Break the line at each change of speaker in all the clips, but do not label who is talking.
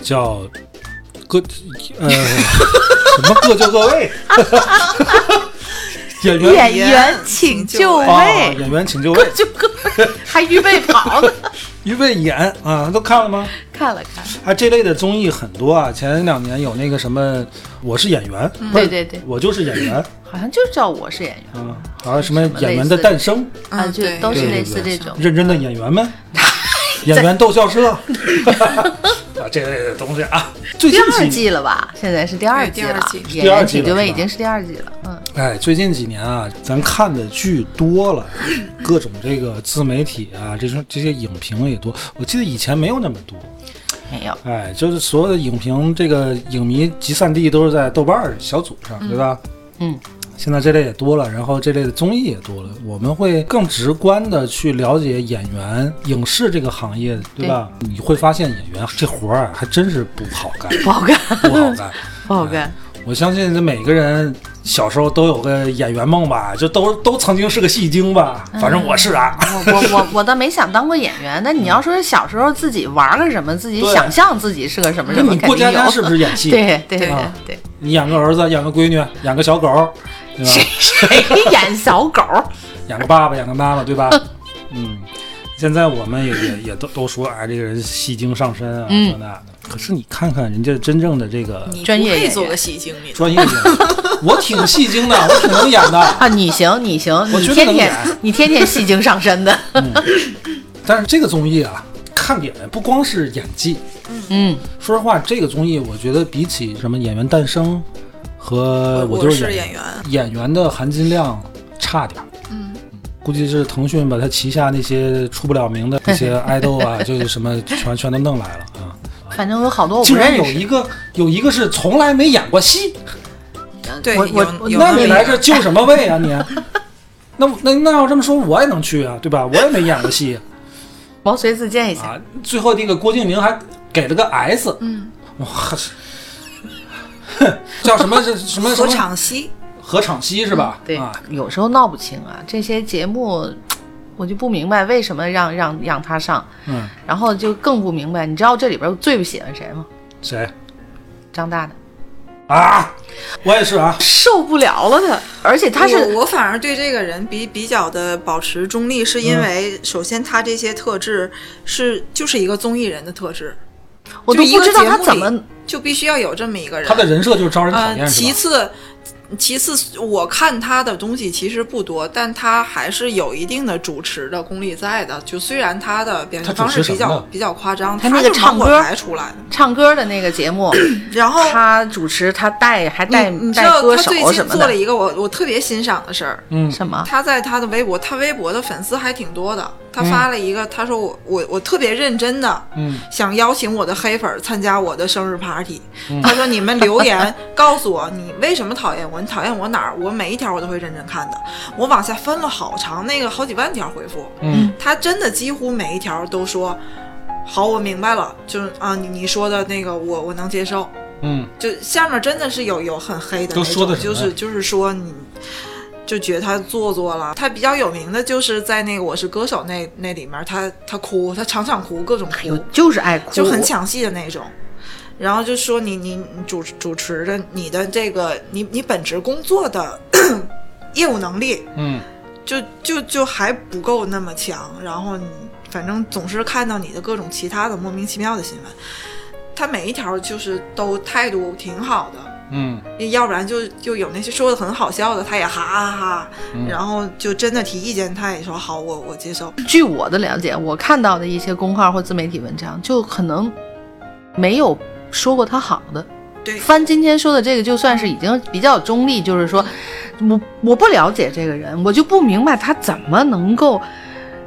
叫各 呃什么各就各 位，演员
演员请就
啊，
位，
演员请就位
各，就各，还预备跑呢。
预备演啊，都看了吗？
看了看，
啊，这类的综艺很多啊。前两年有那个什么，我是演员，不是
嗯对对对
我就是演员，
好像就叫我是演员
嗯，好像什么
什么
演员
类
的
似
诞生，
啊，就
对
都是
对
类
对
似这种。
认真的演 员们，演员逗笑社，啊，这类的东西啊。最
第
近
二
几
季了吧？现在是第二季了，演
第二
员
季
请就
了
位
是
已
吧
经是第二季了。嗯，
哎，最近几年啊，咱看的剧多了，各种这个自媒体啊，这种这些影评也多。我记得以前没有那么多，
没有，
哎，就是所有的影评，这个影迷集散地都是在豆瓣儿小组上，对吧？
嗯，
现在这类也多了，然后这类的综艺也多了，我们会更直观的去了解演员、影视这个行业，对吧？你会发现演员这活儿啊，还真是不好 干，
不好干，
不好干。
不好干。
我相信这每个人小时候都有个演员梦吧，就都都曾经是个戏精吧，
嗯
反正我是啊。
我我我我倒没想当过演员，那你要说是小时候自己玩个什么，自己
对
想象自己是个什么
那
什么，
你
肯
过
定
家家
有。
是不是 演戏？
对对对
啊
对，
你养个儿子，养个闺女，养个小狗，对吧？
谁演小狗？
养个爸爸，养个妈妈，对吧？嗯，现在我们也也也都都说，哎，这个人戏精上身啊，
嗯
这那的。可是你看看人家真正的这个
你
专业
不配
演
做
员啊
个戏精，你
专业演员，我挺戏精的，我挺能演的。
啊，你行你行，
我
你
觉得
天
能
天
演
你天天戏精上身的，
但是这个综艺啊，看点不光是演技，
嗯，
说实话，这个综艺我觉得比起什么《演员诞生》和《呃我
我
就是
是
演
演员，啊
员》，演员的含金量差点儿。
嗯，
估计是腾讯把他旗下那些出不了名的那些爱豆啊，就是什么全全都弄来了啊。
反正有好哦多我不
竟然
认
有
识。
一个有一个是从来没演过戏，
对，
我
有
我我
哎有
那
么
你
一
来
个
这儿就什么位 啊你？那那那要这么说，我也能去啊，对吧？我也没演过戏
毛遂自荐一下，
啊。最后那个郭敬明还给了个 S，嗯，哇， 哼叫什么是什么什
何
么
场戏，
何场熙是吧？
嗯对
啊，，
有时候闹不清啊，这些节目。我就不明白为什么让让让他上，
嗯，
然后就更不明白，你知道这里边最不喜欢谁吗？
谁
张大大
啊？我也是啊，
受不了了他，而且他是
我我反而对这个人比比较的保持中立，是因
嗯
为首先他这些特质是就是一个综艺人的特质，
我都
就一
不
个
知道
节
他
目
怎
里
么
就必须要有这么一个人。
他的人设就是招人讨
呃，
厌，是吧
其次。其次，我看他的东西其实不多，但他还是有一定的主持的功力在的。就虽然他的表
他
现
主
方
持什
式比
么
较
呢
比较夸张，
他
他
那个
是
唱
芒果
歌
台出来的，
唱歌的那个节目，
然后
他主持，他带还带
哦嗯你你知
带
道
歌
他
手
最
什
近
么
做了
的，
一个我我特别欣赏的事儿，
嗯，
什么
他在他的微博，他微博的粉丝还挺多的。他发了一个，他说我我我特别认真的，
嗯，
想邀请我的黑粉儿参加我的生日 party。他
嗯
说你们留言告诉我你为什么讨厌我，你讨厌我哪儿？我每一条我都会认真看的。我往下翻了好长，那个好几万条回复，
嗯，
他真的几乎每一条都说。好，我明白了，就是啊，你你说的那个我我能接受，
嗯，
就下面真的是有有很黑的那
都
种，
说的什么
就
呀
是就是说你。就觉得他做作了。他比较有名的就是在那个《我是歌手那》那里面，他他哭，他场场哭，各种
有
哭，
就是爱哎哭，
嗯就很抢戏的那种。然后就说你你你主主持的你的这个你你本职工作的 业务能力，
嗯，
就就就还不够那么强，然后你反正总是看到你的各种其他的莫名其妙的新闻，他每一条就是都态度挺好的，
嗯，
要不然就就有那些说的很好笑的，他也哈哈哈，
嗯
然后就真的提意见，他也说好，我我接受。
据我的了解，我看到的一些公号或自媒体文章，就可能没有说过他好的。
对
翻今天说的这个，就算是已经比较中立，就是说，我我不了解这个人，我就不明白他怎么能够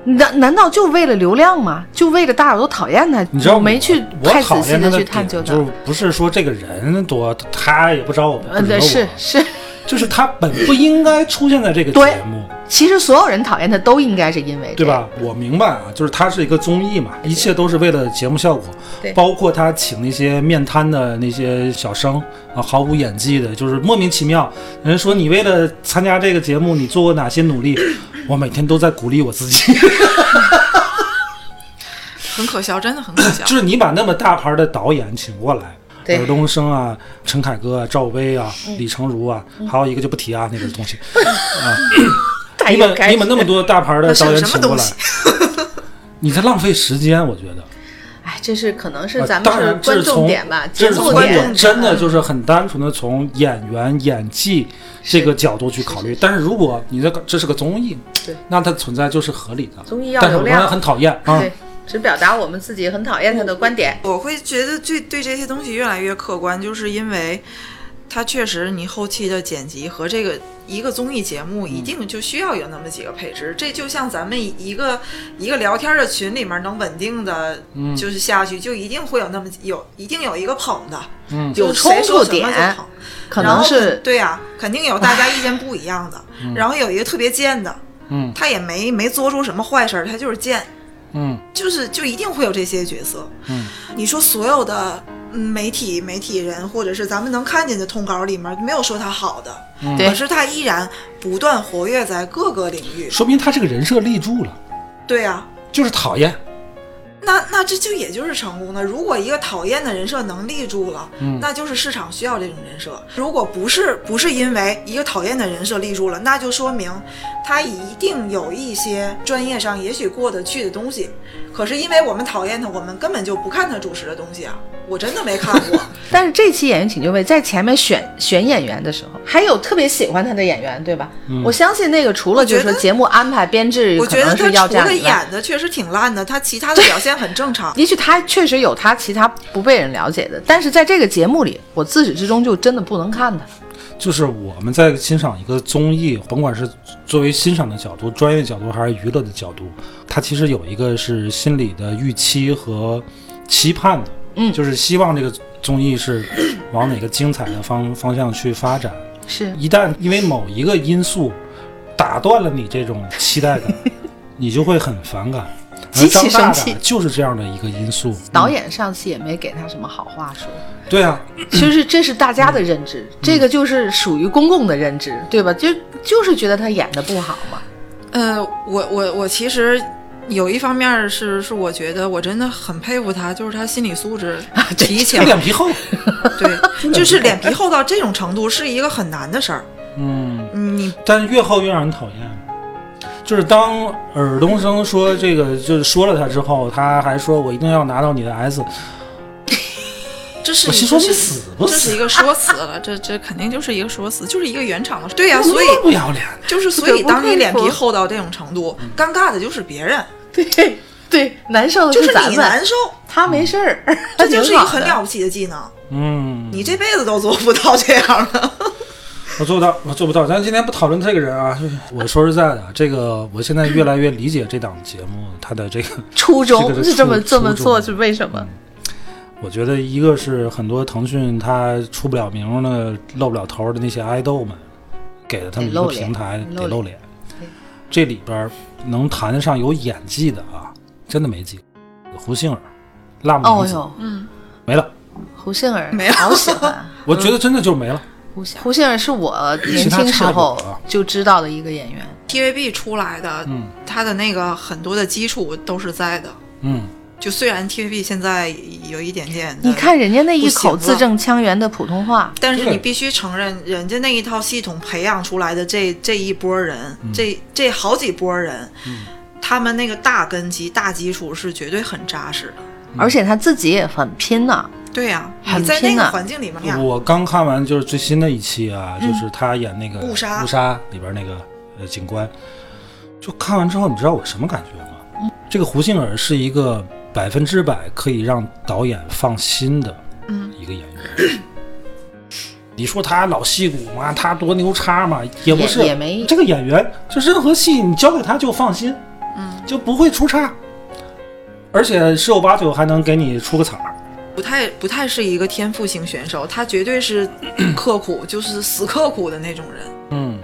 难难道就为了流量吗？就为了大家都讨厌他？
你知道
我没去
我
太
讨
仔细
厌他
的
的
去
点
探究它
就。是不是说这个人多，他也不找我，不
呃，
惹
对，
我
是是，
就是他本不应该出现在这个
对
节目，
其实所有人讨厌他都应该是因为
对
这样？
吧？我明白啊，就是它是一个综艺嘛，一切都是为了节目效果
对，
包括他请那些面瘫的那些小生啊，毫无演技的，就是莫名其妙。人家说你为了参加这个节目，你做过哪些努力？ 我每天都在鼓励我自己，
很可笑，真的很可笑。
就是你把那么大牌的导演请过来。
对嗯
尔冬升啊，陈凯歌啊，赵薇啊，李成儒啊，还有一个就不提啊，那个 东西。
太
你
有
把
感
你把那么多大牌的
那是
导演
什么
请过
东
来
西，
你在浪费时间，我觉得。
哎，这是可能是
呃
咱们
当
是
然这
观
是
众
从
点吧，
这
节
是
目
从
观众
点啊
我
点
真的就是很单纯的从演员演技这个角度去考虑。但是如果你这个这是个综艺
对，
那它存在就是合理的。
综艺要
但是
流
我当然
量，
很讨厌啊。
对，只表达我们自己很讨厌他的观点。
我会觉得对对这些东西越来越客观，就是因为它确实你后期的剪辑和这个一个综艺节
嗯
目一定就需要有那么几个配置，这就像咱们一个一个聊天的群里面能稳定的
嗯
就是下去，就一定会有那么几有一定有一个捧的，
嗯
就
有
是谁
冲突
说什么就
点
捧
可
然
能
后
是嗯
对呀、啊肯定有大家意见不一样的，然后有一个特别贱的，
嗯
他也没没做出什么坏事儿，他就是贱。
嗯
就是就一定会有这些角色。
嗯，
你说所有的嗯媒体媒体人，或者是咱们能看见的通稿里面，没有说他好的，
对
可是他依然不断活跃在各个领域。
说明他这个人设立住了，
对啊呀、
就是讨厌。
那那这就也就是成功的。如果一个讨厌的人设能立住了，
嗯
那就是市场需要这种人设。如果不是不是因为一个讨厌的人设立住了，那就说明他一定有一些专业上也许过得去的东西。可是因为我们讨厌他，我们根本就不看他主持的东西啊。我真的没看过，
但是这期《演员请就位》在前面选选演员的时候，还有特别喜欢他的演员，对吧？
嗯
我相信那个除了就是
我觉
说
得
节目安排编制，
我
可
觉得
能是
他
要这
除
样
了
以外。
演的确实挺烂的，他其他的表现很正常。
也许他确实有他其他不被人了解的，但是在这个节目里，我自始至终就真的不能看他。
就是我们在欣赏一个综艺，甭管是作为欣赏的角度、专业角度还是娱乐的角度，它其实有一个是心理的预期和期盼的，
嗯
就是希望这个综艺是往哪个精彩的方方向去发展。
是
一旦因为某一个因素打断了你这种期待 感，你就会很反感。而
极
张
其
大
生气
胆就是这样的一个因素。
导演上期也没给他什么好话说，
对啊，
就是这是大家的认知，这个就是属于公共的认知，对吧？就就是觉得他演的不好嘛。
呃，我我我其实有一方面是是我觉得我真的很佩服他，就是他心理素质
啊
极
这
强，
脸皮厚。
对，就是脸皮厚到这种程度是一个很难的事儿。
嗯。
你
但越后越让人讨厌。就是当尔冬升说这个，就是说了他之后，他还说我一定要拿到你的 S，
这是
我心
一
说
个
你
是
死不
这是
死
一，个说辞了，这这肯定就是一个说辞，就是一个原厂的。对呀、
那
所以
不要脸。
就是所
对
以，
我
当你
佩
脸
服
皮厚到这种程度，
嗯
尴尬的就是别人，
对 对，难嗯受的
就是
咱
你
们，
难受，
他没事儿，
这就是一
他挺
个
好
很
的
了不起的技能，
嗯，
你这辈子都做不到这样的。
我做不到，我做不到。咱今天不讨论这个人啊，就是我说实在的啊，这个我现在越来越理解这档节目它的这个
初
这
衷
个
是
是
这么
初
这么
初
做
衷
是为什么？
我觉得一个是很多腾讯它出不了名的、露不了头的那些爱豆们，给了他们一
得
个
露脸
平台
得露
得露脸。这里边儿能谈得上有演技的啊，真的没几个。胡杏儿、辣目
哦
女子、
哟，
嗯，
没了，
胡杏儿
没有
好喜 欢
我觉得真的就没了。
胡杏胡杏儿，是我年
其他
轻时
差不
候
多啊
就知道的一个演员。
TVB 出来的，
嗯
它的那个很多的基础都是在的。
嗯，
就虽然 TVB 现在有一点点，
你看，人家那一
不行
口
了
字正腔圆的普通话，
但是
对
你必须承认，人家那一套系统培养出来的这这一波人，
嗯
这这好几波人，他们那个大根基、大基础是绝对很扎实的。
嗯
而且他自己也很拼呐、
对呀、
很
你在那
拼
个
啊
环境里面呀，
我刚看完就是最新的一期啊，就是他演那个
误杀
误杀里边那个呃警官，就看完之后，你知道我什么感觉吗？
嗯
这个胡杏儿是一个百分之百可以让导演放心的
嗯
一个演员。你说他老戏骨嘛，他多牛叉嘛，也不
也
是
也没
这个演员，就任何戏你交给他就放心，
嗯，
就不会出岔，而且十有八九还能给你出个彩儿。
不太不太是一个天赋型选手，他绝对是刻苦，就是死刻苦的那种人。
嗯，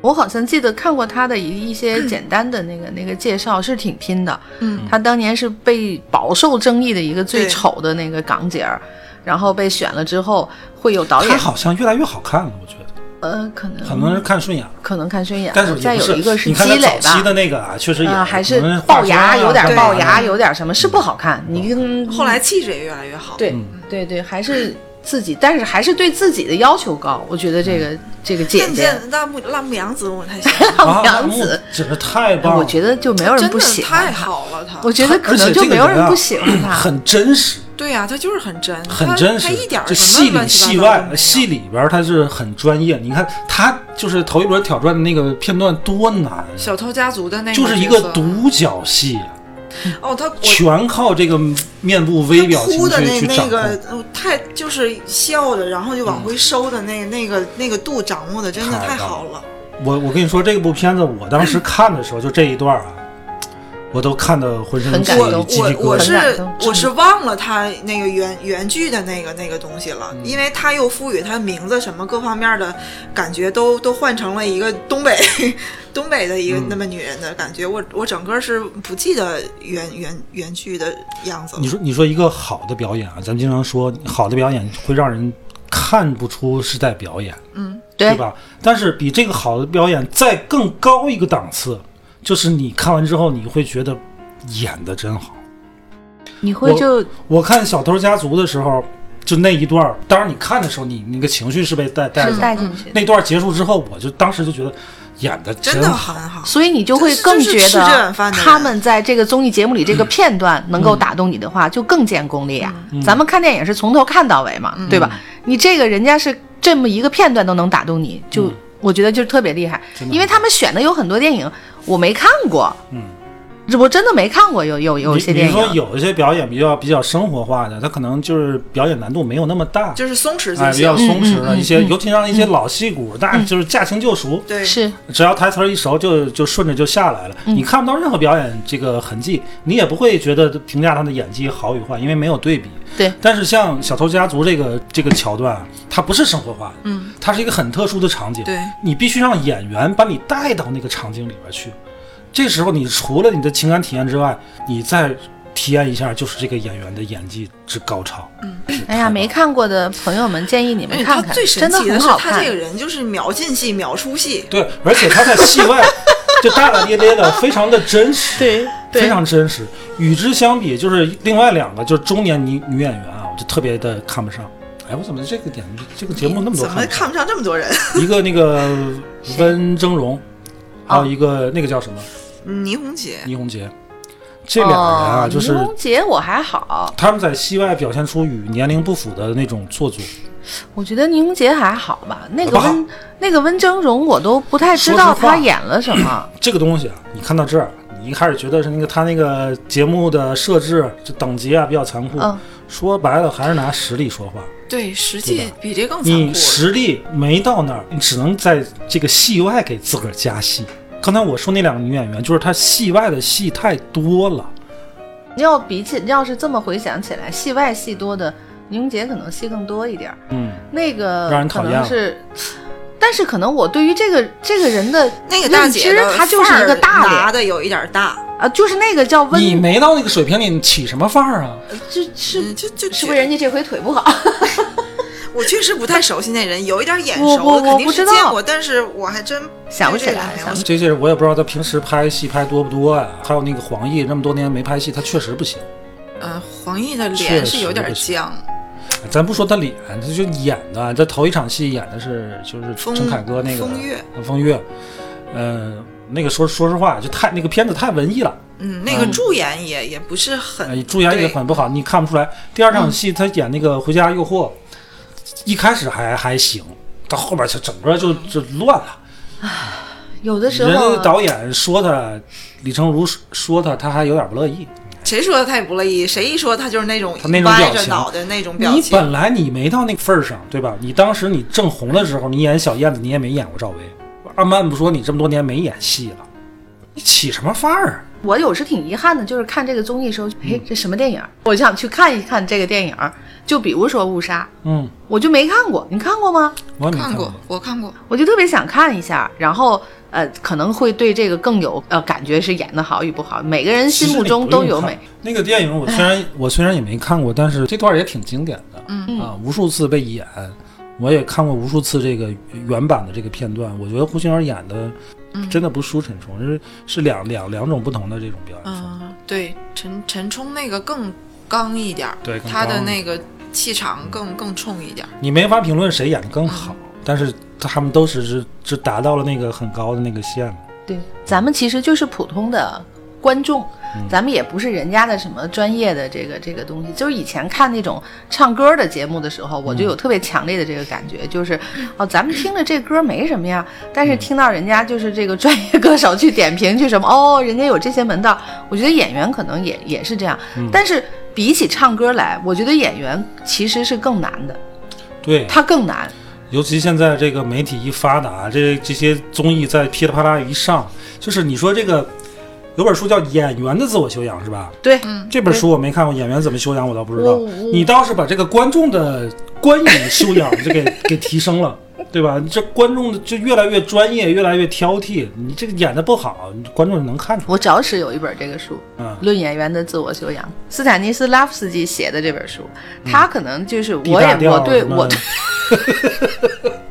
我好像记得看过他的一 一些简单的那个、那个介绍，是挺拼的。
嗯，
他当年是被饱受争议的一个最
对
丑的那个港姐儿，然后被选了之后会有导
他
演
好像越来越好看了，我觉得
呃，可能
很多人看顺眼了。
可能看顺眼了，
但是
再
也不
有一个
你看
积
他
累
早期的
吧。
那个啊，确实也
啊，还是
可能化
龅牙，
妆啊
有点
对
龅牙，
嗯
有点什么是不好看。你跟
后来气质也越来越好。，
嗯
嗯
对对对，还是自己，但是还是对自己的要求高。我觉得
嗯
这个这个姐
渐
姐，
渐辣木辣木杨子我太喜欢，
浪
啊
娘
木
子，
真是太棒了。
我觉得就 没有人
真
不
的
喜
太
欢她。
好了他。
我觉得可
而且
能就
这个
没有
人啊
不喜欢她。
很真实，
对呀、他就是很真，
很
他
真实。
他一点儿
就
什
戏
么
里
乱七
戏
八糟都没
外
有
戏里边儿他是很专业。你看他就是头一轮挑战的那个片段多难，
小偷家族的那
就是一
角
个
色
独角戏啊，
哦，他我
全靠这个面部微表情
哭的
去
那
去
那
掌控。嗯
个，呃太就是笑着，然后就往回收的那那个那个度掌握的真的
太
太
棒
好了。
我我跟你说，这部片子我当时看的时候，就这一段啊，我都看得浑身
很
起
感动
鸡
我
皮疙
我
瘩。
是
很感动嗯
我是忘了他那个原原剧的那个那个东西了，
嗯
因为他又赋予他名字什么各方面的感觉都都换成了一个东北 东北的一
嗯
个那么女人的感觉，我我整个是不记得原原原剧的样子了
你。说你说一个好的表演啊，咱们经常说好的表演会让人看不出是在表演，对
嗯对，
吧？但是比这个好的表演再更高一个档次，就是你看完之后你会觉得演的真好。
你会
我
就
我看《小偷家族》的时候，就那一段儿，当然你看的时候，你你那个情绪是被带带
是
走的。
带进
嗯
去，
那段儿结束之后，我就当时就觉得演的
真的
的
很
好，
好，
所以你就会更觉
这是吃这碗
得
饭的人
他们在这个综艺节目里这
嗯
个片段能够打动你的话，就更见功力啊。咱们看电影是从头看到尾嘛，
嗯
对吧？你这个人家是这么一个片段都能打动你，就、我觉得就特别厉害，
嗯真的
因为他们选的有很多电影我没看过，
嗯，
我真的没看过有有有一些
你
电
你说
影。
有一些表演比较比较生活化的，它可能就是表演难度没有那么大，
就是松弛
哎
就
比较
行。
松弛的
嗯嗯
一些，
嗯
尤其让一些老戏骨，那就是驾轻就熟，
对，
是
只要台词儿一熟就就顺着就下来了，
嗯
你看不到任何表演这个痕迹，你也不会觉得评价他的演技好与坏，因为没有对比。
对，
但是像《小偷家族》这个这个桥段啊，它不是生活化的，嗯，它是一个很特殊的场景，
对
你必须让演员把你带到那个场景里边去。这时候，你除了你的情感体验之外，你再体验一下，就是这个演员的演技之高超。嗯，
哎呀，没看过的朋友们建议你
而
哎
们
且
看
哎他
看，
最神
真的
奇
很
是
好
他
看
这。个人就是秒进戏秒出戏，
对，而且他在戏外 就大大咧咧的，非常的真实。
对
非常真实。与之相比，就是另外两个就是中年女女演员啊，我就特别的看不上。哎，我怎么这个点这个节目那么多
怎么
看不上？
看不上这么多人？
一个那个温峥嵘，
啊
还有一个那个叫什么
嗯倪虹洁，
倪虹洁，这俩人啊，
哦
就是
倪虹洁我还好，
他们在戏外表现出与年龄不符的那种做作。
我觉得倪虹洁还好吧。那个
不好
温那个温峥嵘，我都不太知道
说实话
她演了什么。
这个东西啊，你看到这儿，你一开始觉得是那个他那个节目的设置这等级啊比较残酷，
嗯
说白了还是拿实力说话。
对，实际比这更残酷
你
了。
实力没到那儿，你只能在这个戏外给自个儿加戏。刚才我说那两个女演员，就是她戏外的戏太多了，
要比起要是这么回想起来，戏外戏多的倪虹洁可能戏更多一点儿。
嗯，
那个
让人
可
讨厌
能是，但是可大姐的范儿拿得有一点大可能我对于这个这个人的
那个大姐的
她就是一个大
拿
脸
的有一点大，
啊，就是那个叫温，
你没到那个水平，你起什么范儿啊？
就是
嗯，就就是
不是人家这回腿不好？
我确实不太熟悉那人，有一点眼
我
熟，
我
肯定
我不
是
知道
见过，但是我还真
想不
对这
起
个
来
没有
想不
这些呃人我也不知道他平时拍戏拍多不多呀、还有那个黄奕那么多年没拍戏，他确实不行。
嗯，黄奕的
确
脸
实
是有点
不行
僵，
咱不说他脸，他就演的，他头一场戏演的是就是
风
陈凯歌那个
风月，
风月，呃，那个说说实话就太那个片子太文艺了。
嗯，那个驻颜也也不是很
哎，，朱颜也很不好，你看不出来。第二场
嗯
戏他演那个《回家诱惑》，一开始还还行，到后边就整个就就乱了。
有的时
人
候
家导演说他，李成儒说他，他还有点不乐意。
谁说他也不乐意，谁一说他就是那种
他那种
歪
表
着
情
脑袋那种表
你
情，
本来你没到那个份儿上，对吧？你当时你正红的时候，你演小燕子，你也没演过赵薇。按按不说，你这么多年没演戏了，你起什么范儿啊？
我有时挺遗憾的，就是看这个综艺的时候，哎，
嗯
这什么电影儿？我就想去看一看这个电影儿。就比如说《误杀》，
嗯，
我就没看过，你看过吗？
我也没
看
过
过，，我看过，
我就特别想看一下，然后呃，可能会对这个更有呃感觉，是演的好与不好。每个人
其实
心目
你
中
不
都
用
有
看
美。哎
那个电影，我虽然我虽然也没看过，但是这段也挺经典的，
嗯
啊，无数次被演，我也看过无数次这个原版的这个片段。我觉得胡杏儿演的
嗯
真的不输陈冲，是是两两两种不同的这种表演方式。
嗯，对，陈陈冲那个更刚一点儿，
对更
他的
刚
那个气场更更冲一点儿。
你没法评论谁演的
嗯
更好，但是他们都是是是达到了那个很高的那个线了。
对，咱们其实就是普通的观众，咱们也不是人家的什么专业的这个这个东西。就是以前看那种唱歌的节目的时候，我就有特别强烈的这个感觉，就是哦，咱们听着这歌没什么呀，但是听到人家就是这个专业歌手去点评去什么，哦，人家有这些门道。我觉得演员可能也也是这样，但是比起唱歌来，我觉得演员其实是更难的，
对，
他更难。
尤其现在这个媒体一发达，这这些综艺在噼里啪啦一上，就是你说这个有本书叫《演员的自我修养》是吧？
对，
这本书我没看过，演员怎么修养我倒不知道
我我。
你倒是把这个观众的观影修养就 给给提升了，对吧？这观众就越来越专业，越来越挑剔。你这个演的不好，观众能看出
我找史有一本这个书，
来。嗯，
论演员的自我修养，斯坦尼斯拉夫斯基写的这本书，他可能就是
嗯地
我
大
也
调
我对
什么
我对这个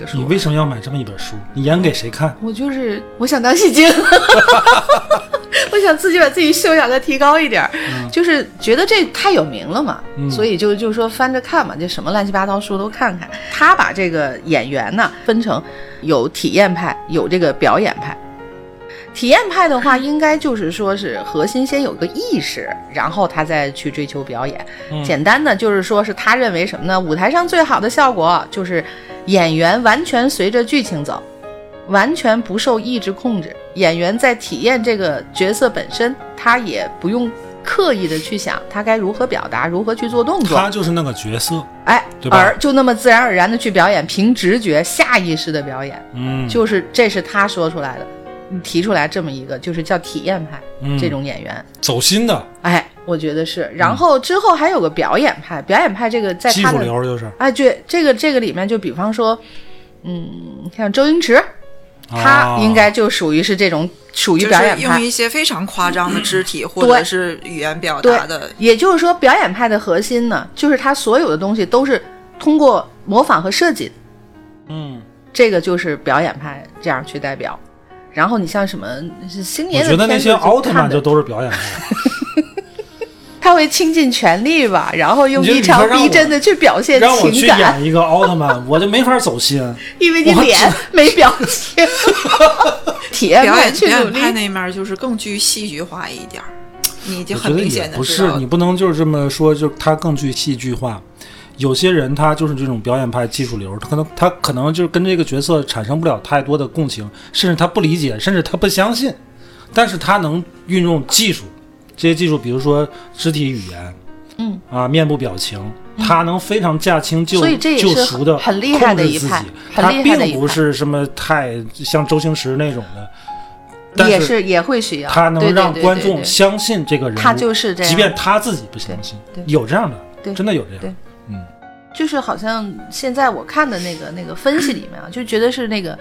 你
书，
为什么要买这么一本书？你演给谁看？
我就是我想当戏精， 我想自己把自己修养的提高一点儿， 就是觉得这太有名了嘛，
嗯
所以就就说翻着看嘛，就什么乱七八糟书都看看。他把这个演员呢分成有体验派，有这个表演派。体验派的
嗯
话，应该就是说是核心先有个意识，然后他再去追求表演。
嗯
简单的就是说是他认为什么呢？舞台上最好的效果就是演员完全随着剧情走，完全不受意志控制。演员在体验这个角色本身，他也不用刻意的去想他该如何表达，如何去做动作
他。就是那个角色，
哎
对，吧
而就那么自然而然的去表演，凭直觉、下意识的表演，
嗯，
就是这是他说出来的，你提出来这么一个，就是叫体验派、
嗯
这种演员，
走心的
哎，我觉得是。然后之后还有个表演派，表演派这个在
技
他
术
的
流就是
哎，对，这个这个里面就比方说，嗯，像周星驰，他
啊
应该就属于是这种属于
就
表演
是
派嗯
用，一些非常夸张的肢体或者是语言表达的
也就是说，表演派的核心呢，就是他所有的东西都是通过模仿和设计的
嗯，
这个就是表演派这样去代表。然后你像什么是星
我
爷的
觉得
片子就看的，
那些奥特曼就都是表演派。
他会倾尽全力吧，然后用
你就
异
你说
常
让
逼
我
真的去表现
让我去
情感，
演一个奥特曼，我就没法走心。
因为你
我
脸 没表 情。体验
表
派
演
去
哎表
努
演
力，
派那面儿就是更具戏剧化一点儿，你就
我觉
很
得
明
也
显的
不
知
是，
道
你不能就是这么说，就是他更具戏剧化。有些人他就是这种表演派技术流，他可能他可能就是跟这个角色产生不了太多的共情，甚至他不理解，甚至他不相信，但是他能运用技术，这些技术，比如说肢体语言，
嗯
啊，面部表情，他能非常驾轻就
所以这也
就是熟的
很厉害的一派很
他
厉害的一
并不
派
是什么太像周星驰那种的，但
也是也会需要，
他能
对
让
对对
观
对
众
对
相信这个人物，
他就是这样，
即便他自己不相信
啊对，对
有这样的，
对
真的有这
对
样。嗯，
就是好像现在我看的那个那个分析里 面啊，就觉得是那个，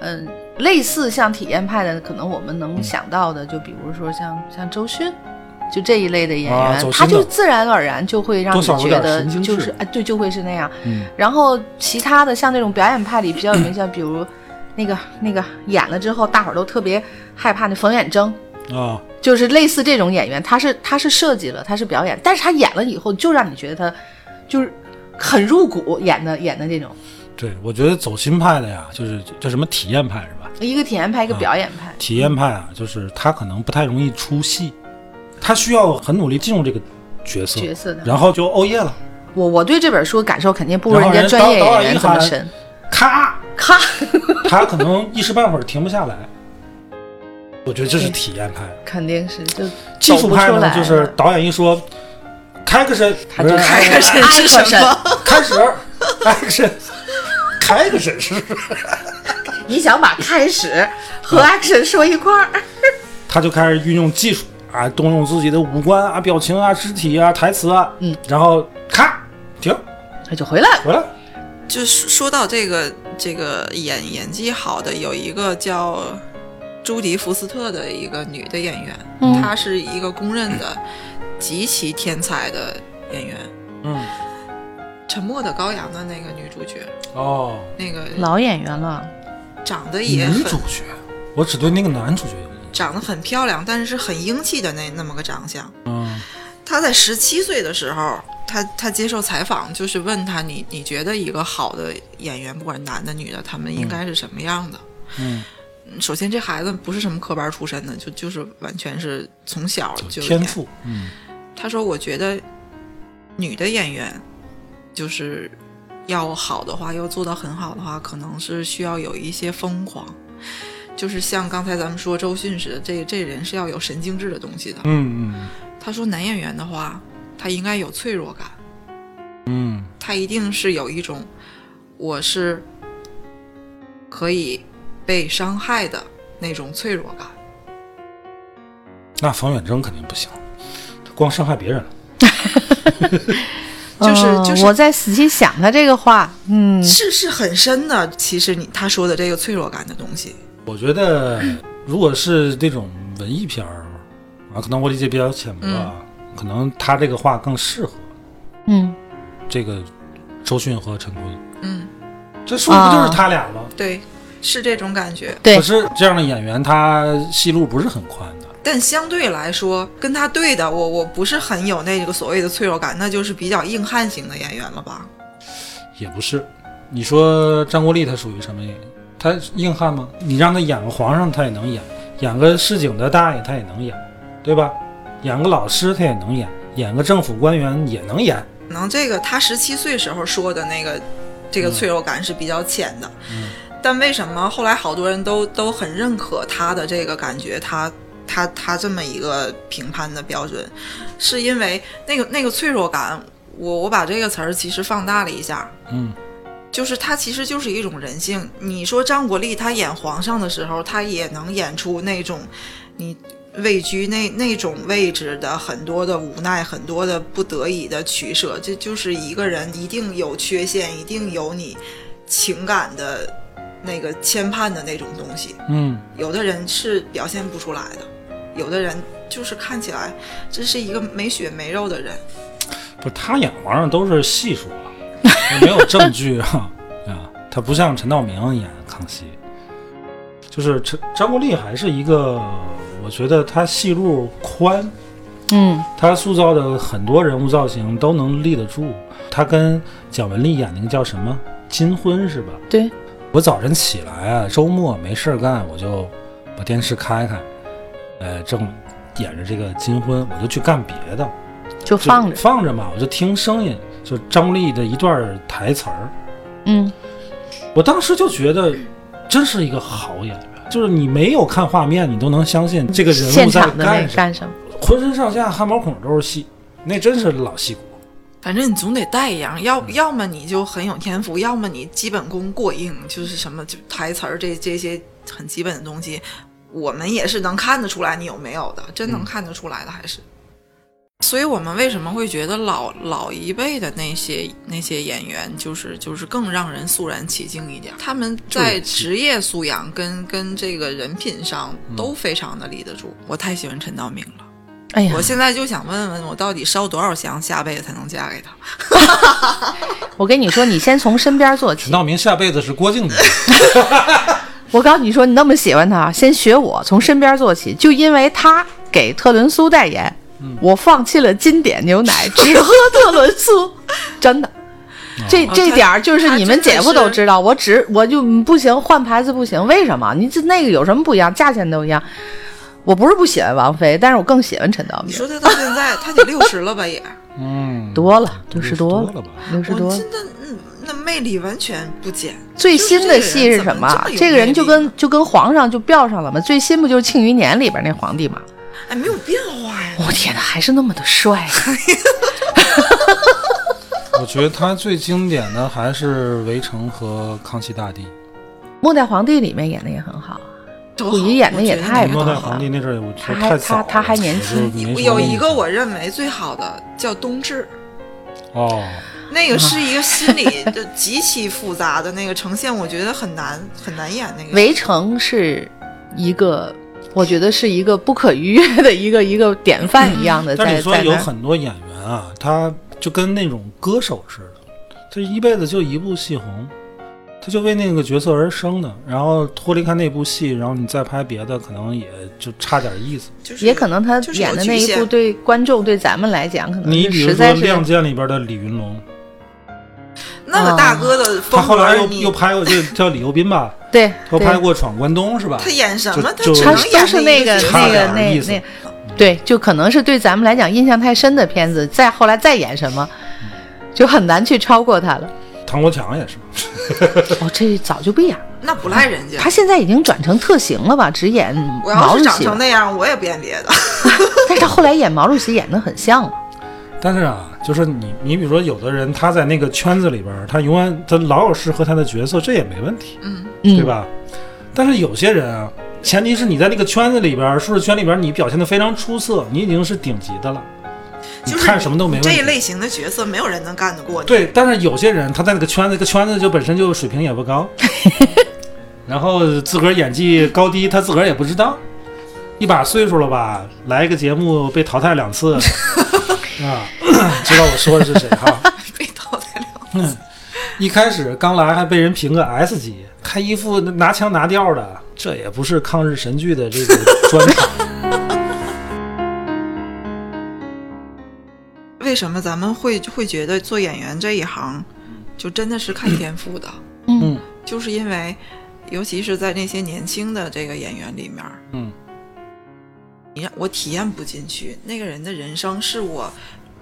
嗯、类似像体验派的，可能我们
嗯
能想到的，就比如说像像周迅。就这一类的演员，
啊走心
他就
的
自然而然就会让你
多少有
觉
点
得
神经
就
质
是哎，对，就会是那样。
嗯
然后其他的像那种表演派里比较有名，像比如那个那个演了之后，大伙儿都特别害怕那冯远征，
啊，
就是类似这种演员，他是他是设计了，他是表演，但是他演了以后就让你觉得他就是很入骨演的演的这种，
对，我觉得走心派的呀，就是叫什么体验派是吧？
一个体验派，一个表演派。
体验派啊，就是他可能不太容易出戏，他需要很努力进入这个角色，
角色的
然后就欧耶了，
我我对这本书感受肯定不如
然后
家
人
专业
导导演
演员
一
这么
喊
深，
咔，
咔，
他可能一时半会儿停不下来。我觉得这是体验派，
肯定是 就
技
走
术
不
派
出
呢，
来
就是
了
导演一说开个身，
他就
开
个身是什么？
开始，开个身，开个 身是。
啊你想把开始和 action 说一块儿？
他就开始运用技术啊，动用自己的五官啊、表情啊、肢体啊、台词啊，
嗯，
然后咔停
他就回来了。
回来，
就是说到这个这个演演技好的，有一个叫朱迪福斯特的一个女的演员，
嗯
她是一个公认的极其天才的演员，
嗯，
《沉默的羔羊》的那个女主角，
哦，
那个
老演员了，
长得也
女
很
主角，我只对那个男主角有印象，
长得很漂亮，但是很英气的那那么个长相。
嗯
她在十七岁的时候，她她接受采访，就是问她你你觉得一个好的演员，不管男的女的，他们应该是什么样的？
嗯，
嗯首先这孩子不是什么科班出身的，就就是完全是从小就
天。赋，嗯
她说：“我觉得女的演员就是要好的话，要做到很好的话，可能是需要有一些疯狂。”就是像刚才咱们说周迅似的，这这人是要有神经质的东西的。
嗯
他说男演员的话，他应该有脆弱感，
嗯嗯
他一定是有一种我是可以被伤害的那种脆弱感。
那冯远征肯定不行，他光伤害别人了，
就是
嗯
就是
我在仔细想他这个话，嗯，
是是很深的，其实你他说的这个脆弱感的东西，
我觉得 如果是那种文艺片儿啊，可能我理解比较浅薄啊，
嗯
可能他这个话更适合
嗯，
这个周迅和陈坤，
嗯，
这说的不就是他俩吗？
对，是这种感觉。
对
可，是这样的演员，他戏路不是很宽的。
但相对来说，跟他对的，我我不是很有那个所谓的脆弱感，那就是比较硬汉型的演员了吧？
也不是，你说张国立他属于什么演员？他硬汉吗？你让他演个皇上，他也能演；演个市井的大爷，他也能演，对吧？演个老师，他也能演；演个政府官员也能演。
可能这个他十七岁时候说的那个这个脆弱感是比较浅的，
嗯
但为什么后来好多人都都很认可他的这个感觉，他他他这么一个评判的标准，是因为那个那个脆弱感，我我把这个词儿其实放大了一下，
嗯，
就是他其实就是一种人性。你说张国立他演皇上的时候，他也能演出那种你位居那那种位置的很多的无奈，很多的不得已的取舍。这就是一个人一定有缺陷，一定有你情感的那个牵绊的那种东西。
嗯，
有的人是表现不出来的，有的人就是看起来这是一个没血没肉的人。
不是他演皇上都是戏说，没有证据啊啊！他不像陈道明演康熙，就是陈张国立还是一个，我觉得他戏路宽，
嗯，
他塑造的很多人物造型都能立得住。他跟蒋雯丽演那个叫什么《金婚》是吧？
对，
我早晨起来啊，周末没事儿干，我就把电视开开，呃，正演着这个《金婚》，我就去干别的，就
就放着，
放着嘛，我就听声音，就张力的一段台词儿。
嗯，
我当时就觉得，真是一个好演员，就是你没有看画面，你都能相信这个人
现
物在
场的那
干
个
什么，
干什么？
浑身上下汗毛孔都是戏，那真是老戏骨。
反正你总得带一样，要要么你就很有天赋，要么你基本功过硬，就是什么就台词儿这这些很基本的东西，我们也是能看得出来你有没有的，真能看得出来的还是。所以我们为什么会觉得老老一辈的那些那些演员，就是就是更让人肃然起敬一点？他们在职业素养跟跟这个人品上都非常的立得住。我太喜欢陈道明了。
哎呀
我，现在就想问问，我到底烧多少香，下辈子才能嫁给他？
我跟你说，你先从身边做
陈
起。
道明下辈子是郭靖的，
我告诉你说，你那么喜欢他，先学我，从身边做起。就因为他给特仑苏代言，
嗯
我放弃了经典牛 奶，只喝特仑苏，真的。
哦
这这点儿就是你们姐夫都知道，我只我就嗯不行，换牌子不行，为什么？你这那个有什么不一样？价钱都一样。我不是不喜欢王菲，但是我更喜欢陈道
你
明，
说他到现在，他得六十了 吧也？
嗯，
多了六十
多
多
了吧？
六十
我
多了。
真的，嗯，那魅力完全不减。
最新的戏是什
就是
么？
这
这
个
个
人
人
怎
就
么这么有魅力呢啊
跟就跟皇上就吊上了嘛。最新不就是《庆余年》里边那皇帝嘛？
哎，没有变 化呀。
我天哪，还是那么的 帅。
我觉得他最经典的还是《围城》和《康熙大帝》。
末代皇帝里面演的也很好啊，
多
溥
好
仪演
我
的也
觉得
太
那个
末
棒
代
了
皇帝那阵儿，我觉得
他还
太早
他他还
了
年
我
轻
就没什么
有一
印
个
象
我认为最好的叫冬至，
哦，
那
啊
个是一个心理 就极其复杂的那个呈现，我觉得很难很难演那个。
围城是一个，我觉得是一个不可逾越的一个一个典范一样的，
但是
呃在
你说
在
有
那儿
很多演员啊，他就跟那种歌手似的，他一辈子就一部戏红，他就为那个角色而生的，然后脱离开那部戏，然后你再拍别的，可能也就差点意思。
就是
也可能他
就是有
演的
局
那一
限
部对观众对咱们来讲，可能
你
是
比如
呃实
说
在
《
是
亮剑》里边的李云龙，
那个
啊
大哥的
他
风
后
格
来
儿
又
你，
又拍过，就叫李幼斌吧，
对
他
对
拍过《闯关东》是吧？
他演什么，
就
只
就
他
能
是
演
都是那个
一
差
那
角
个
点儿
那
意思嗯
那，对，就可能是对咱们来讲印象太深的片子，再后来再演什么，就很难去超过他了。
唐国强也是，
哦，这早就不演了，
那不赖人家。
他现在已经转成特型了吧，只演
我要
毛
是
主
长
席了
成，那样，我也不演别的。
但是他后来演毛主席演的很像了。
但是啊，就是你，你比如说，有的人他在那个圈子里边儿，他永远他老有适合他的角色，这也没问题，
嗯，
嗯
对吧？但是有些人啊，前提是你在那个圈子里边儿、舒适圈里边儿，你表现的非常出色，你已经是顶级的了，你
就是
看什么都没问
这一
题。
类型的角色，没有人能干得过你。
对，但是有些人他在那个圈子，这个圈子就本身就水平也不高，然后自个儿演技高低他自个儿也不知道，一把岁数了吧，来一个节目被淘汰两次啊， 知道我说的是谁哈、
被淘汰了。
嗯，一开始刚来还被人评个 S 级，还一副拿腔拿调的，这也不是抗日神剧的这个专场。
为什么咱们会会觉得做演员这一行，就真的是看天赋的？
嗯
就是因为，尤其是在那些年轻的这个演员里面，
嗯，
你让我体验不进去，那个人的人生是我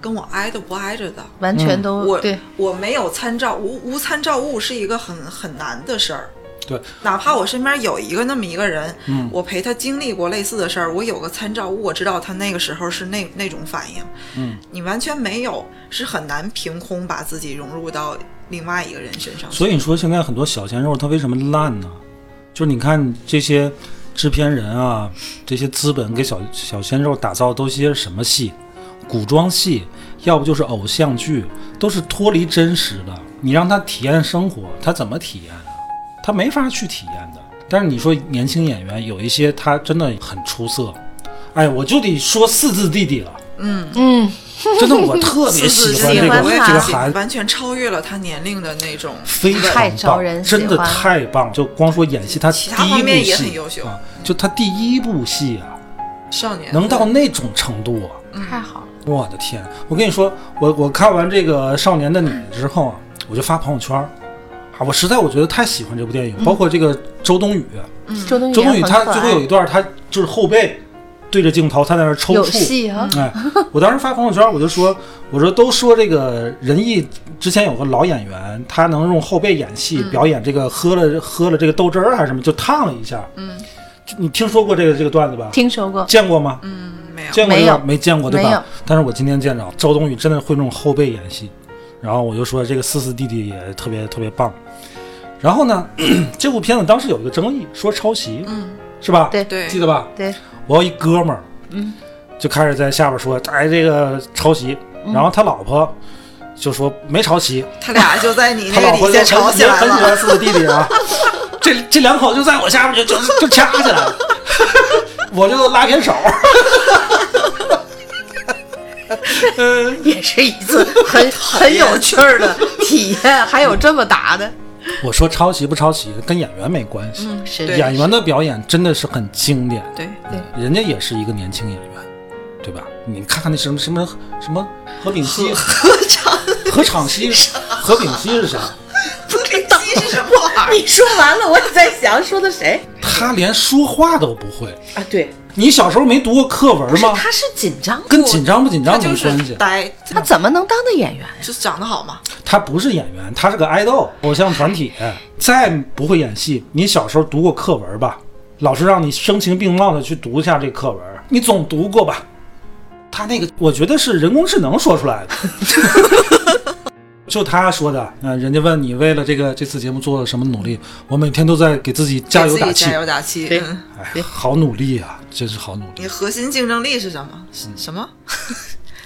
跟我挨着不挨着的。
嗯完全都、
我
对，
我没有参照无无参照物是一个很很难的事儿，
对，
哪怕我身边有一个那么一个人，
嗯
我陪他经历过类似的事儿，我有个参照物，我知道他那个时候是那那种反应。
嗯，
你完全没有，是很难凭空把自己融入到另外一个人身上去。
所以说现在很多小鲜肉他为什么烂呢？就是你看这些制片人啊，这些资本给小小鲜肉打造都些什么戏？古装戏，要不就是偶像剧，都是脱离真实的。你让他体验生活，他怎么体验啊？他没法去体验的。但是你说年轻演员有一些他真的很出色，哎，我就得说四字弟弟了，
嗯，
真的我特别
四
喜
字
欢
弟
这
弟
个
我也
这个
喜欢
孩子。
完全超越了他年龄的那种。
非常棒
太招人喜欢
真的太棒！就光说演戏，他第
其他
一
方面
部
也很
戏
优秀
啊，就他第一部戏啊，
少年
能到那种程度啊！
太好了，
我的天！我跟你说，我我看完这个《少年的你》之后啊，我就发朋友圈儿啊，我实在我觉得太喜欢这部电影，包括这个周冬雨，
周冬雨
周冬雨
嗯也很
她
可
最后有
爱
一段，她就是后背对着镜头，她在那儿抽
有
搐。
戏啊，
哎，我当时发朋友圈，我就说，我说都说这个仁义之前有个老演员，他能用后背演
嗯
戏，表演这个喝了喝了这个豆汁儿还是什么，就烫了一下。
嗯
就，你听说过这个这个段子吧？
听说过，
见过吗？
嗯没有
见过这个
没有
没见过对
没有
吧？但是我今天见着周冬雨真的会用后背演戏，然后我就说这个思思弟弟也特别特别棒。然后呢， 这部片子当时有一个争议，说抄袭，
嗯
是吧？
对
对
记得吧？
对，
我有一哥们儿，
嗯，
就开始在下边说，哎，这个抄袭。然后他老婆就说没抄袭，
他俩就在 你
他
那
老
个
婆
底
就
下
很
吵起
也
来
很喜
了。
欢四个弟弟 啊。这这两口就在我下边就就就掐起来 了，我就拉偏手。
也是一次很 很有趣儿的体验，还有这么打的，
我说抄袭不抄袭跟演员没关系，
嗯
是
对
演员的表演真的是很经典，
对，
人家也是一个年轻演员，对吧？你看看那什么什么什么何炳熙、何场何场熙、何炳熙是谁？
鸡是什么玩意儿？
你说完了，我也在想说的谁
他连说话都不会。
啊？对，
你小时候没读过课文
不是
吗？
他是紧张，
跟紧张不紧
他
张没
就
关系
是，呆，
他
嗯
怎么能当的演员？
就是长得好嘛。
他不是演员，他是个爱豆偶像团体。再不会演戏，你小时候读过课文吧？老师让你声情并茂的去读一下这课文，你总读过 吧？他那个，我觉得是人工智能说出来的。就他说的，嗯、人家问你为了这个这次节目做了什么努力，我每天都在给自己加油
给自
打
己
气
加，油打气。
对
嗯，
哎，好努力啊，真是好努力
你。核心竞争力是什么？是 什么？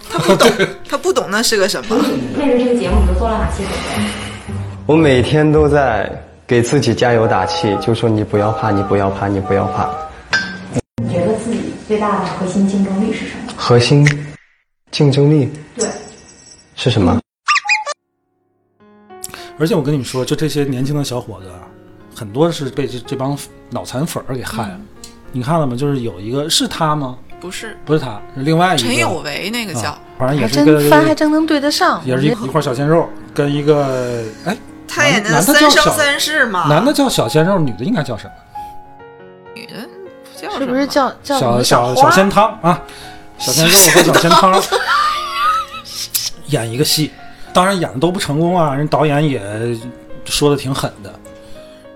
他不懂，他不懂那是个什么。
为了这个节目，你都做了哪些准备？
我每天都在给自己加油打气，就说你不要怕，你不要怕，你不要怕。
你觉得自己最大的核心竞争力是什么？
核心竞争力
对，
是什么？
而且我跟你们说，就这些年轻的小伙子，啊，很多是被这这帮脑残粉儿给害了。你看了吗？就是有一个是他吗？
不是
不是他，是另外一个
陈有为那个叫、
啊，反正也
还
是
真
个
翻还真能对得上，
也是一
我觉
一块小鲜肉，跟一个哎，
他演的
男
《
的
三
叫
生
小
三世》
啊
嘛，
男的叫小鲜肉，女的应该叫什么？
女的，不叫
得
什
是
么
不是叫叫什
小
么
小
花
小鲜汤啊，小鲜肉和小鲜汤，演一个戏，当然演的都不成功啊，人导演也说的挺狠的。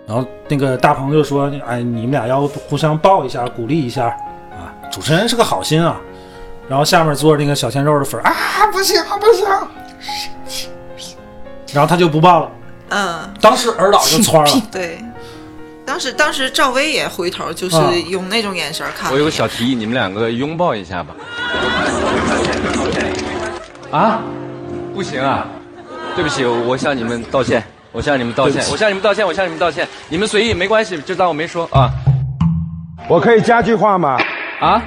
然后那个大鹏就说：“哎，你们俩要互相抱一下，鼓励一下啊！”主持人是个好心啊。然后下面坐着那个小鲜肉的粉儿啊，不行不行，然后他就不抱了。
嗯，
当时耳朵就窜了，
对。当时当时赵薇也回头，就是
啊
用那种眼神看。
我有个小提议，你们两个拥抱一下吧。啊，不行啊！对不起，我向你们道歉，我向你们道歉，我向你们道歉，我向你们道歉。你们随意没关系，就当我没说啊
我可以加句话吗？
啊！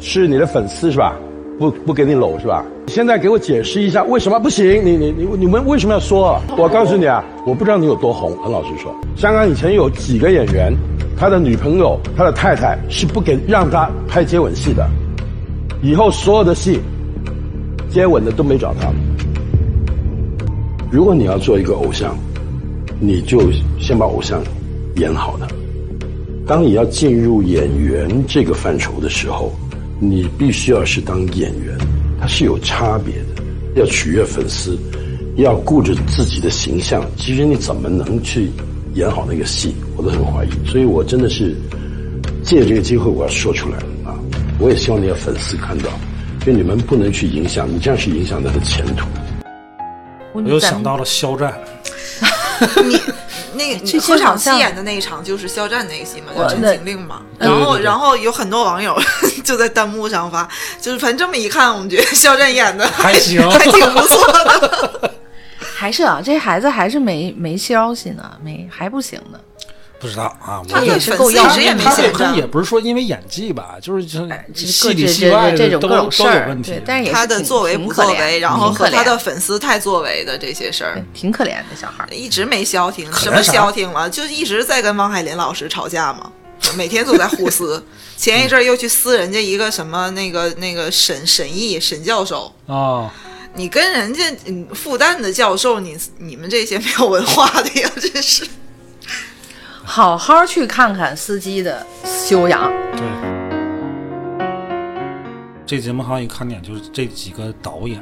是你的粉丝是吧？不不给你搂是吧？现在给我解释一下为什么不行？你你你你们为什么要说？我告诉你啊，我不知道你有多红，很老实说，香港以前有几个演员，他的女朋友、他的太太是不给让他拍接吻戏的，以后所有的戏，接吻的都没找他。如果你要做一个偶像，你就先把偶像演好了。当你要进入演员这个范畴的时候，你必须要是当演员，它是有差别的。要取悦粉丝，要顾着自己的形象，其实你怎么能去演好那个戏，我都很怀疑。所以我真的是借这个机会，我要说出来啊！我也希望你的粉丝看到，就你们不能去影响，你这样是影响他的前途。
我
我又想到了肖战。
你那个
这
你
些
何
好
昶希
像
演的那一场就是肖战那一戏嘛，叫
我
《真
那
情令》嘛。
对
然后
对对
然后有很多网友 就在弹幕上发，就是反正这么一看，我们觉得肖战演的
还行
还挺不错的。
还是啊，这孩子还是没没消息呢，没还不行呢。
不知道啊，我
他
也
对
也是
粉
够
丝
要
一直也
命
没
他被
闲
喷也
着。
不是说因为演技吧，就是就是
哎各
戏
这
里
这
戏外
这这
的
种
都
各种事
都有
儿，
问题
对，。但是也
他
是
的
挺
作为
挺
不
可
作
怜
为，然后
挺
和
可
他
怜
的粉丝太作为的这些事儿
对，挺可怜的小孩儿。
一直没消停。
可
什
怜
么
啥
消停了？就一直在跟汪海林老师吵架嘛，每天都在互撕。前一阵儿又去撕人家一个什么那个那个沈沈毅沈教授，
啊，
你跟人家嗯复旦的教授，你你们这些没有文化的呀，真是。
好好去看看司机的修养，
对。这节目还有一个看点就是这几个导演，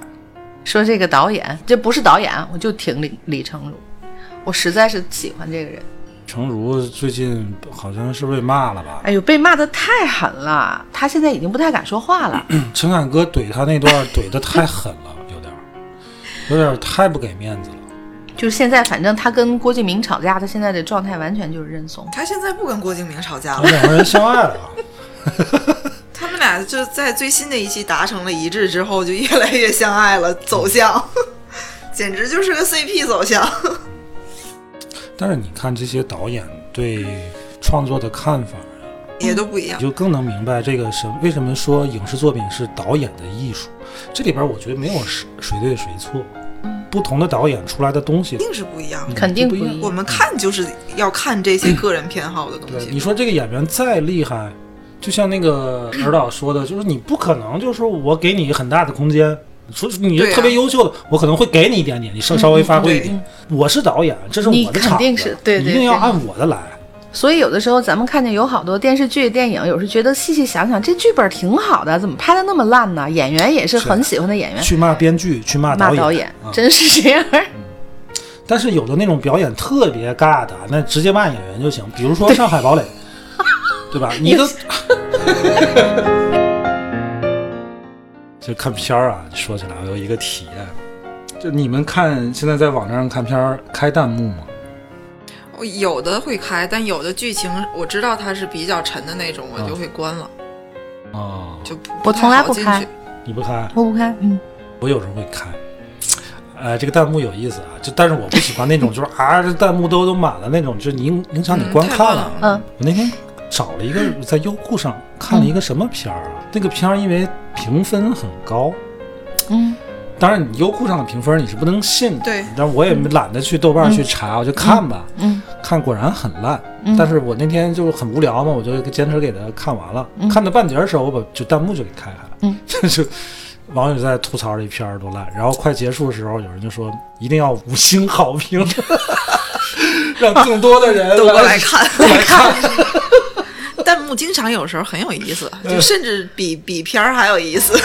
说这个导演，这不是导演，啊我就挺李李成儒，我实在是喜欢这个人。
程如最近好像是被骂了吧？
哎呦，被骂的太狠了，他现在已经不太敢说话了。
陈凯歌怼他那段怼的太狠了，有点儿，有点儿太不给面子了。
就是现在，反正他跟郭敬明吵架，他现在的状态完全就是认怂。
他现在不跟郭敬明吵架
然后
了，
两个人相爱了，啊
他们俩就在最新的一期达成了一致之后，就越来越相爱了，走向 简直就是个 CP 走向。
但是你看这些导演对创作的看法，
也
嗯
都不一样
你，就更能明白这个什为什么说影视作品是导演的艺术。这里边我觉得没有谁谁对谁错，
嗯
不同的导演出来的东西
一定是不一样的。
肯定
不一
不
样
一
我们看就是要看这些个人偏好的东
对，
西。
呃你说这个演员再厉害，就像那 个尔导说的，就是你不可能就是说我给你很大的空间，说你
对
是
啊
特别优秀的，我可能会给你一点点，你稍稍微发挥一点。我是导演，这是
嗯你
我的场
肯定
子
是对
你
对
一定要
对
按我的来。
所以有的时候咱们看见有好多电视剧、电影，有时觉得细细想想，这剧本挺好的，怎么拍的那么烂呢？演员也是
是
很喜欢的演员，
去骂编剧，去骂
嗯骂
演，
导演
啊
真是这样。
但是有的那种表演特别尬的，那直接骂演员就行。比如说《上海 堡垒》，对吧？你 都就看片儿啊，说起来我有一个体验，就你们看现在在网站上看片儿开弹幕吗？
我有的会开，但有的剧情我知道它是比较沉的那种，我就会关了，
哦，
就不
嗯我
太
从来
好
不
进
开
去
你不开，
我不开，嗯，
我有时候会开。呃，这个弹幕有意思啊，就但是我不喜欢那种，就是啊，这弹幕都都满了那种，就是影影响你
嗯
观
太
看
慢
了
了。
嗯
我那天找了 一个在优酷上看了一个什么片儿啊，那个片儿因为评分很高，
嗯，
当然你优酷上的评分你是不能信的，
对，
但我也懒得去豆瓣去查，我就看吧，
嗯，
看果然很烂，
嗯
但是我那天就是很无聊嘛，我就坚持给它看完了，看到半截儿的时候，我把就弹幕就给开开了，
嗯，
就是网友在吐槽这片儿多烂，然后快结束的时候，有人就说一定要五星好评， 让更多的人
都过来看。
来看。
弹幕经常有时候很有意思，
嗯
就甚至比比片儿还有意 思。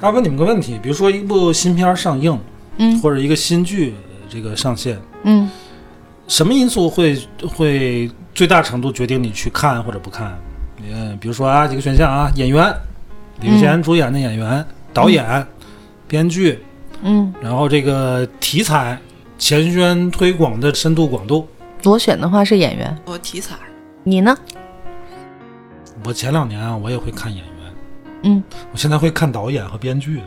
要问你们个问题，比如说一部新片儿上映，嗯，或者一个新剧呃这个上线，
嗯，
什么因素会会最大程度决定你去看或者不看？嗯，比如说啊，几个选项啊，演员，李雪健主演的演员、导演、编剧，
嗯，
然后这个题材、前宣推广的深度广度。
我选的话是演员，
我题材，
你呢？
我前两年啊，我也会看演员，
嗯，
我现在会看导演和编剧了。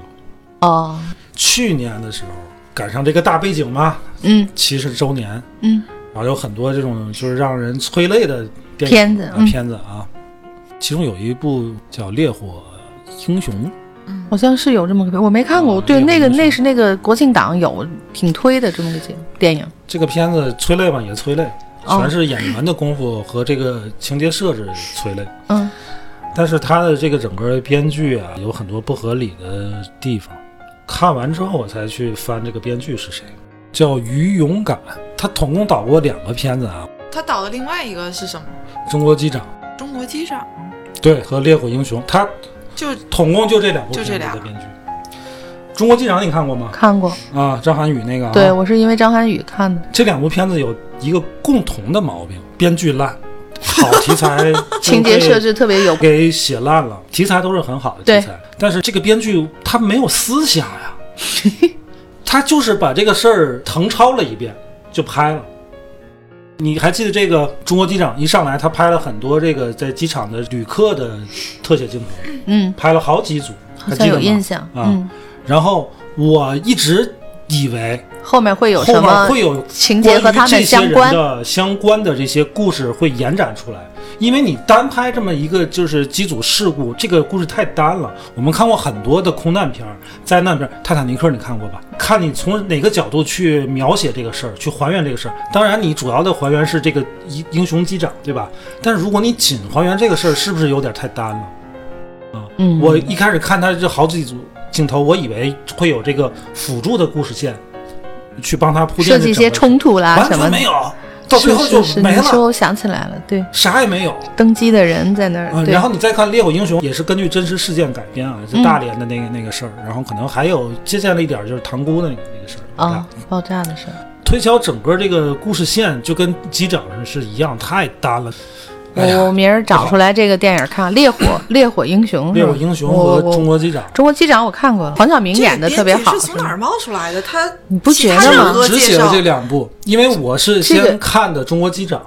哦，
去年的时候赶上这个大背景嘛，
嗯
七十周年，
嗯，
然后有很多这种就是让人催泪的电影
片子
啊
嗯
片子啊，其中有一部叫《烈火英雄》，
好像是有这么个片，我没看过。
哦
对，
那
那
个
个
没
那是那个国庆档有挺推的这么个节电影。
这个片子催泪吧也催泪，
哦
全是演员的功夫和这个情节设置催泪，
嗯
但是它的这个整个编剧啊有很多不合理的地方。看完之后我才去翻这个编剧是谁，叫于勇敢，他总共导过两个片子啊，
他导的另外一个是什么？
《中国机长》。
中国机长，
对，和《烈火英雄》，他
就
统共就这两部
就这
片子的
俩
编剧。中国机长你看过吗？
看过，
啊，张涵予那个啊。
对我是因为张涵予看的，
这两部片子有一个共同的毛病：编剧烂，好题 材
情节设置特别有
就。被给写烂了，题材都是很好的
对
题材，但是这个编剧他没有思想 呀，他就是把这个事儿誊抄了一遍就拍了。你还记得这个中国机长一上来，他拍了很多这个在机场的旅客的特写镜头，
嗯，
拍了好几组，
好
还记
像
得
有
吗
印象。
啊、
嗯，
然后我一直以为
后面会有
后
什
面
么
会有
情节和他
关
们
于这些
相
人
关？
的相关的这些故事会延展出来，因为你单拍这么一个就是机组事故，这个故事太单了。我们看过很多的空难片儿、灾难片儿，《泰坦尼克》你看过吧？看你从哪个角度去描写这个事儿，去还原这个事儿。当然，你主要的还原是这个英英雄机长，对吧？但是如果你仅还原这个事儿，是不是有点太单了？
嗯，
我一开始看他这好几组镜头，我以为会有这个辅助的故事线去帮他铺垫
设
这整个事，
计一些冲突啦
完
什
全
么的
没。有，到最后就是
是是，
没
你
了，
说我想起来了，对，
啥也没有。
登机的人在那儿，
啊，
对
然后你再看《烈火英雄》，也是根据真实事件改编啊，就
嗯
大连的那个、那个事儿，然后可能还有借鉴了一点儿就是塘沽的那个那个事儿
啊，爆炸的事儿，
推敲整个这个故事线就跟机长是一样，太单了。哎呀
我我明儿找出来这个电影看，《烈火》 《烈火英雄》
《
是
烈
吧
火英雄》
我
和
我
《中国机长》
中国机长我看过了，黄晓明演的
这
特
个
别
编剧
好，
是
是
从
吧
哪儿冒出来的？他
你不
其
觉
他
得
任
吗？
何
只
介
写了
绍
这两部，因为我是
这
先
个
看的《中国机长》，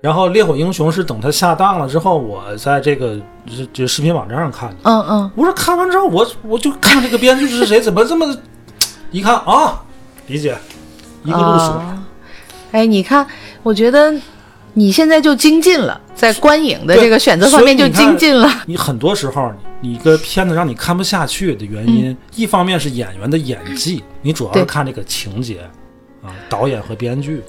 然后《烈火英雄》是等它下档了之后，我在这个这这视频网站上看的。
嗯嗯，
我说看完之后，我我就看这个编剧是谁，怎么这么一看啊，理解一个路数。
啊哎，你看，我觉得你现在就精进了，在观影的这个选择方面就精进了。
你很多时候，你一个片子让你看不下去的原因，一方面是演员的演技，你主要是
对
看这个情节啊，导演和编剧，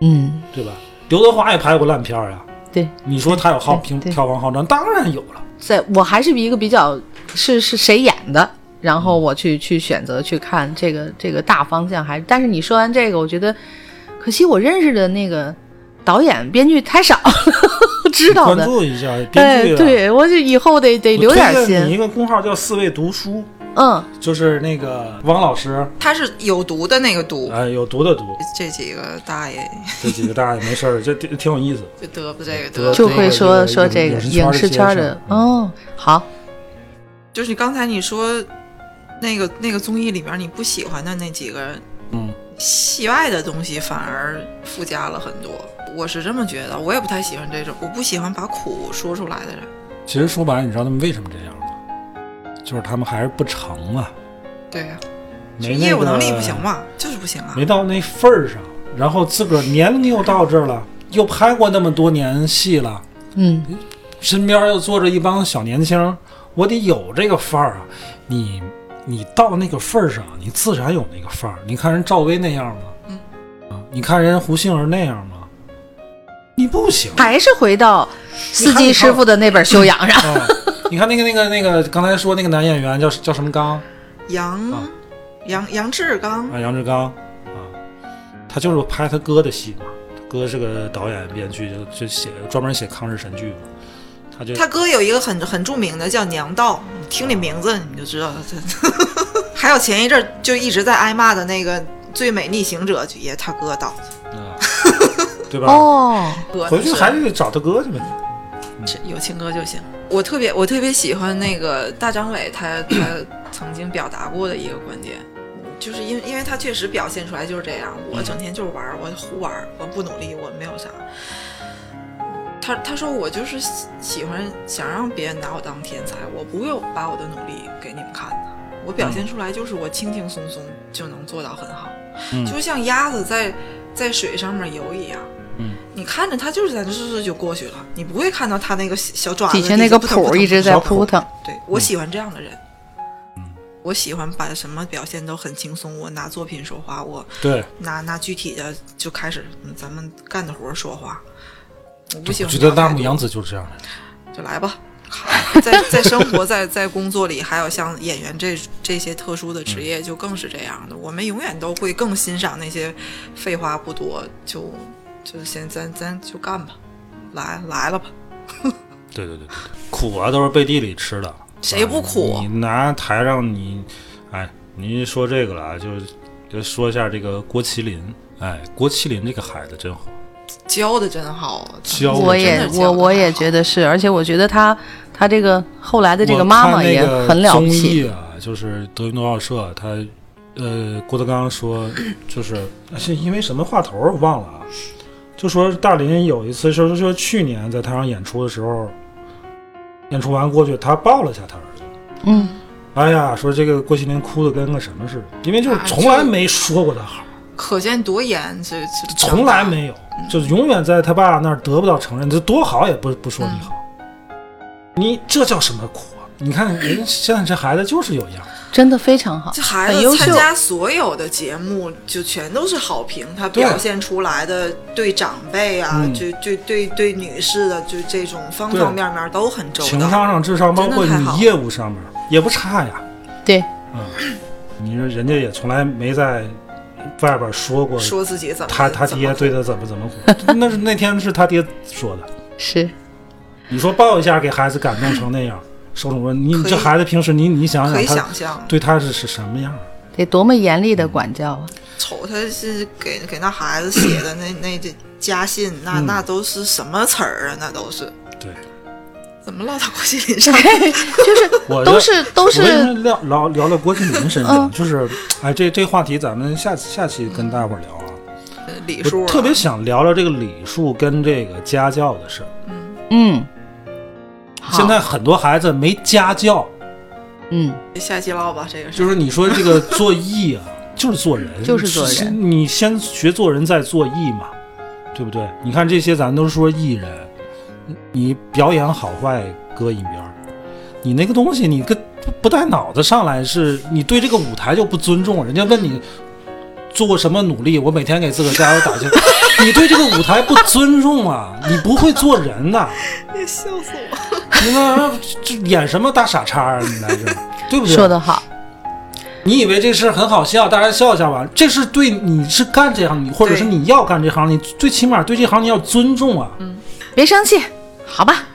嗯，
对吧？刘德华也拍过烂片儿呀，
对，
你说他有好评
对对
票房号召，当然有了。
在我还是一个比较是是谁演的，然后我
嗯
去去选择去看这个这个大方向还。但是你说完这个，我觉得可惜我认识的那个导演编剧太少， 知道
关
的。
注一下编
哎
剧、啊，，
对，我就以后得得留点
你一
心。
个公号叫四位读书，
嗯，
就是那个汪老师，
他是有毒的那个
哦
毒。
哎，有读的读，
这几个大爷
这几个大爷没事儿， 这挺挺有意思。
就得不这个
得
得
这
就
个
会
这
说
个
说
影
这个
影视圈
影
的
视
介绍
圈的。哦，好，
就是你刚才你说那个那个综艺里面你不喜欢的那几个
嗯，
戏外的东西反而附加了很多。我是这么觉得，我也不太喜欢这种，我不喜欢把苦说出来的人。
其实说白了，你知道他们为什么这样吗？就是他们还是不成啊，
对呀、
没、那个、
业务能力不行嘛，就是不行啊。
没到那份儿上，然后自个儿年龄又到这儿了，又拍过那么多年戏了，
嗯，
身边又坐着一帮小年轻，我得有这个范儿啊！你你到那个份儿上，你自然有那个范儿。你看人赵薇那样吗？嗯，啊，你看人胡杏儿那样吗？你不行啊！
还是回到司机师傅的那本修养上。
啊你看那个那个那个，刚才说那个男演员叫叫什么刚
杨、
啊
杨杨志刚，
啊？杨志刚啊，他就是拍他哥的戏嘛。他哥是个导演编剧，就就写专门写抗日神剧嘛。他就
他哥有一个很很著名的叫娘道，你听这名字你就知道了。 他还有前一阵儿就一直在挨骂的那个《最美逆行者》也他哥导的，
啊，
嗯
对吧？
哦，
哥
回去还得找他哥去呗。
是有情歌就行。
我特别我特别喜欢那个大张伟他，他曾经表达过的一个观点，
就是因为因为他确实表现出来就是这样，
嗯
我整天就是玩儿，我胡玩儿，我不努力，我没有啥。他他说我就是喜喜欢想让别人拿我当天才，我不会把我的努力给你们看的，我表现出来就是我轻轻松松就能做到很好，
嗯
就像鸭子在在水上面游一样。
嗯，
你看着它就是在那嗖嗖就过去了，你不会看到它那个小小爪子
底下那个
扑腾扑
谱
腾
一直在
小谱
扑腾。
对
嗯
我喜欢这样的人。我喜欢把什么表现都很轻松，我拿作品说话，我
对，
拿拿具体的就开始嗯咱们干的活儿说话。我不喜
我
欢
觉得
这样
大
态度，
木杨子就是这样的。
就 来吧。在在生活在在工作里，还有像演员这这些特殊的职业，
嗯
就更是这样的。我们永远都会更欣赏那些废话不多，就就先咱咱就干吧，来来了吧。
对对对对对，苦啊都是背地里吃的，
谁不苦
啊你拿台上你，哎，您说这个了啊，就是就说一下这个郭麒麟，哎，郭麒麟这个孩子真好，
教的真好。
教
我
得真
也
好
我我也觉得是，而且我觉得他他这个后来的这
我
妈
看
妈
那
也
个
很了不
综
起。
艺啊，就是德云诺奥社，他呃，郭德纲说，就是是因为什么话头儿我忘了啊，就说大林有一次说说说去年在台上演出的时候，演出完过去，他抱了一下他儿子。
嗯，
哎呀，说这个郭麒麟哭的跟个什么似的，因为就是
啊
从来没说过他好，
可见多严，这这
从来没有，
嗯
就是永远在他爸那儿得不到承认，这多好也不不说你好，
嗯
你这叫什么苦啊？你看人现在这孩子就是有样。
真的非常好
这，孩
很
子
优
参
秀。
加所有的节目，就全都是好评。他
对
表现出来的对长辈啊，
嗯
就就对对女士的，就这种方方面面都很周
情商
到。
上、智商，包
真的
括
太好
你
了
业务上面也不差呀。
对，
你说人家也从来没在外边说过
说自己怎么
他他
怎么
爹对他怎么怎么好， 那是那天是他爹说的。
是
你说抱一下给孩子感动成 那样，手冢说你
可以
这孩子平时你你想
可以
想他
想象，
对他是是什么样？
得多么严厉的管教 啊！
瞅他是给给那孩子写的那那这家信，那
嗯
那都是什么词儿啊？那都是
对，
怎么落到郭麒麟上？
我
都
的
是嗯都
我为什
是
么聊聊聊到郭敬明身上，就是哎这这话题咱们下下期跟大伙儿聊啊。
礼数
我
啊
特别想聊聊这个礼数跟这个家教的事儿。
嗯，好
现在很多孩子没家教。
嗯
下期唠吧，这个
就是你说这个做艺啊，就是做人，
就是做人
你先学做人，再做艺嘛，对不对？你看这些，咱都说艺人，你表演好坏搁一边儿，你那个东西，你跟不带脑子上来是，你对这个舞台就不尊重。人家问你做过什么努力，我每天给自个儿加油打气， 你对这个舞台不尊重啊，你不会做人呐、
笑死我！
你那这演什么大傻叉啊？你来这儿，对不对？
说得好，
你以为这事儿很好笑，大家笑一下吧。这是对你是干这行，你或者是你要干这行，你最起码对这行你要尊重啊。
别生气，好吧？
嗯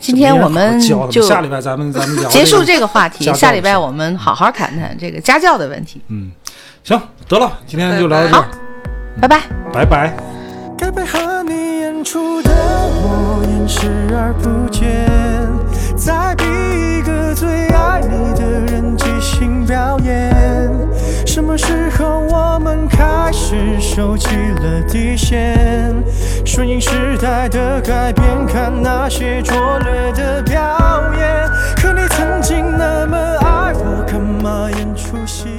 今天我们
这没人好好教
就
的下礼拜咱们咱们聊
结束
这
这
个。
个话题
家，教
下礼拜
的事嗯
我们好好谈谈这个家教的问题。
行，得了，今天就聊到这儿，
拜拜。
拜拜。
该配合你演出的我，演视而不见，再比一个最爱你收起了底线。顺应时代的改变，看那些拙劣的表演。可你曾经那么爱我，干嘛演出戏？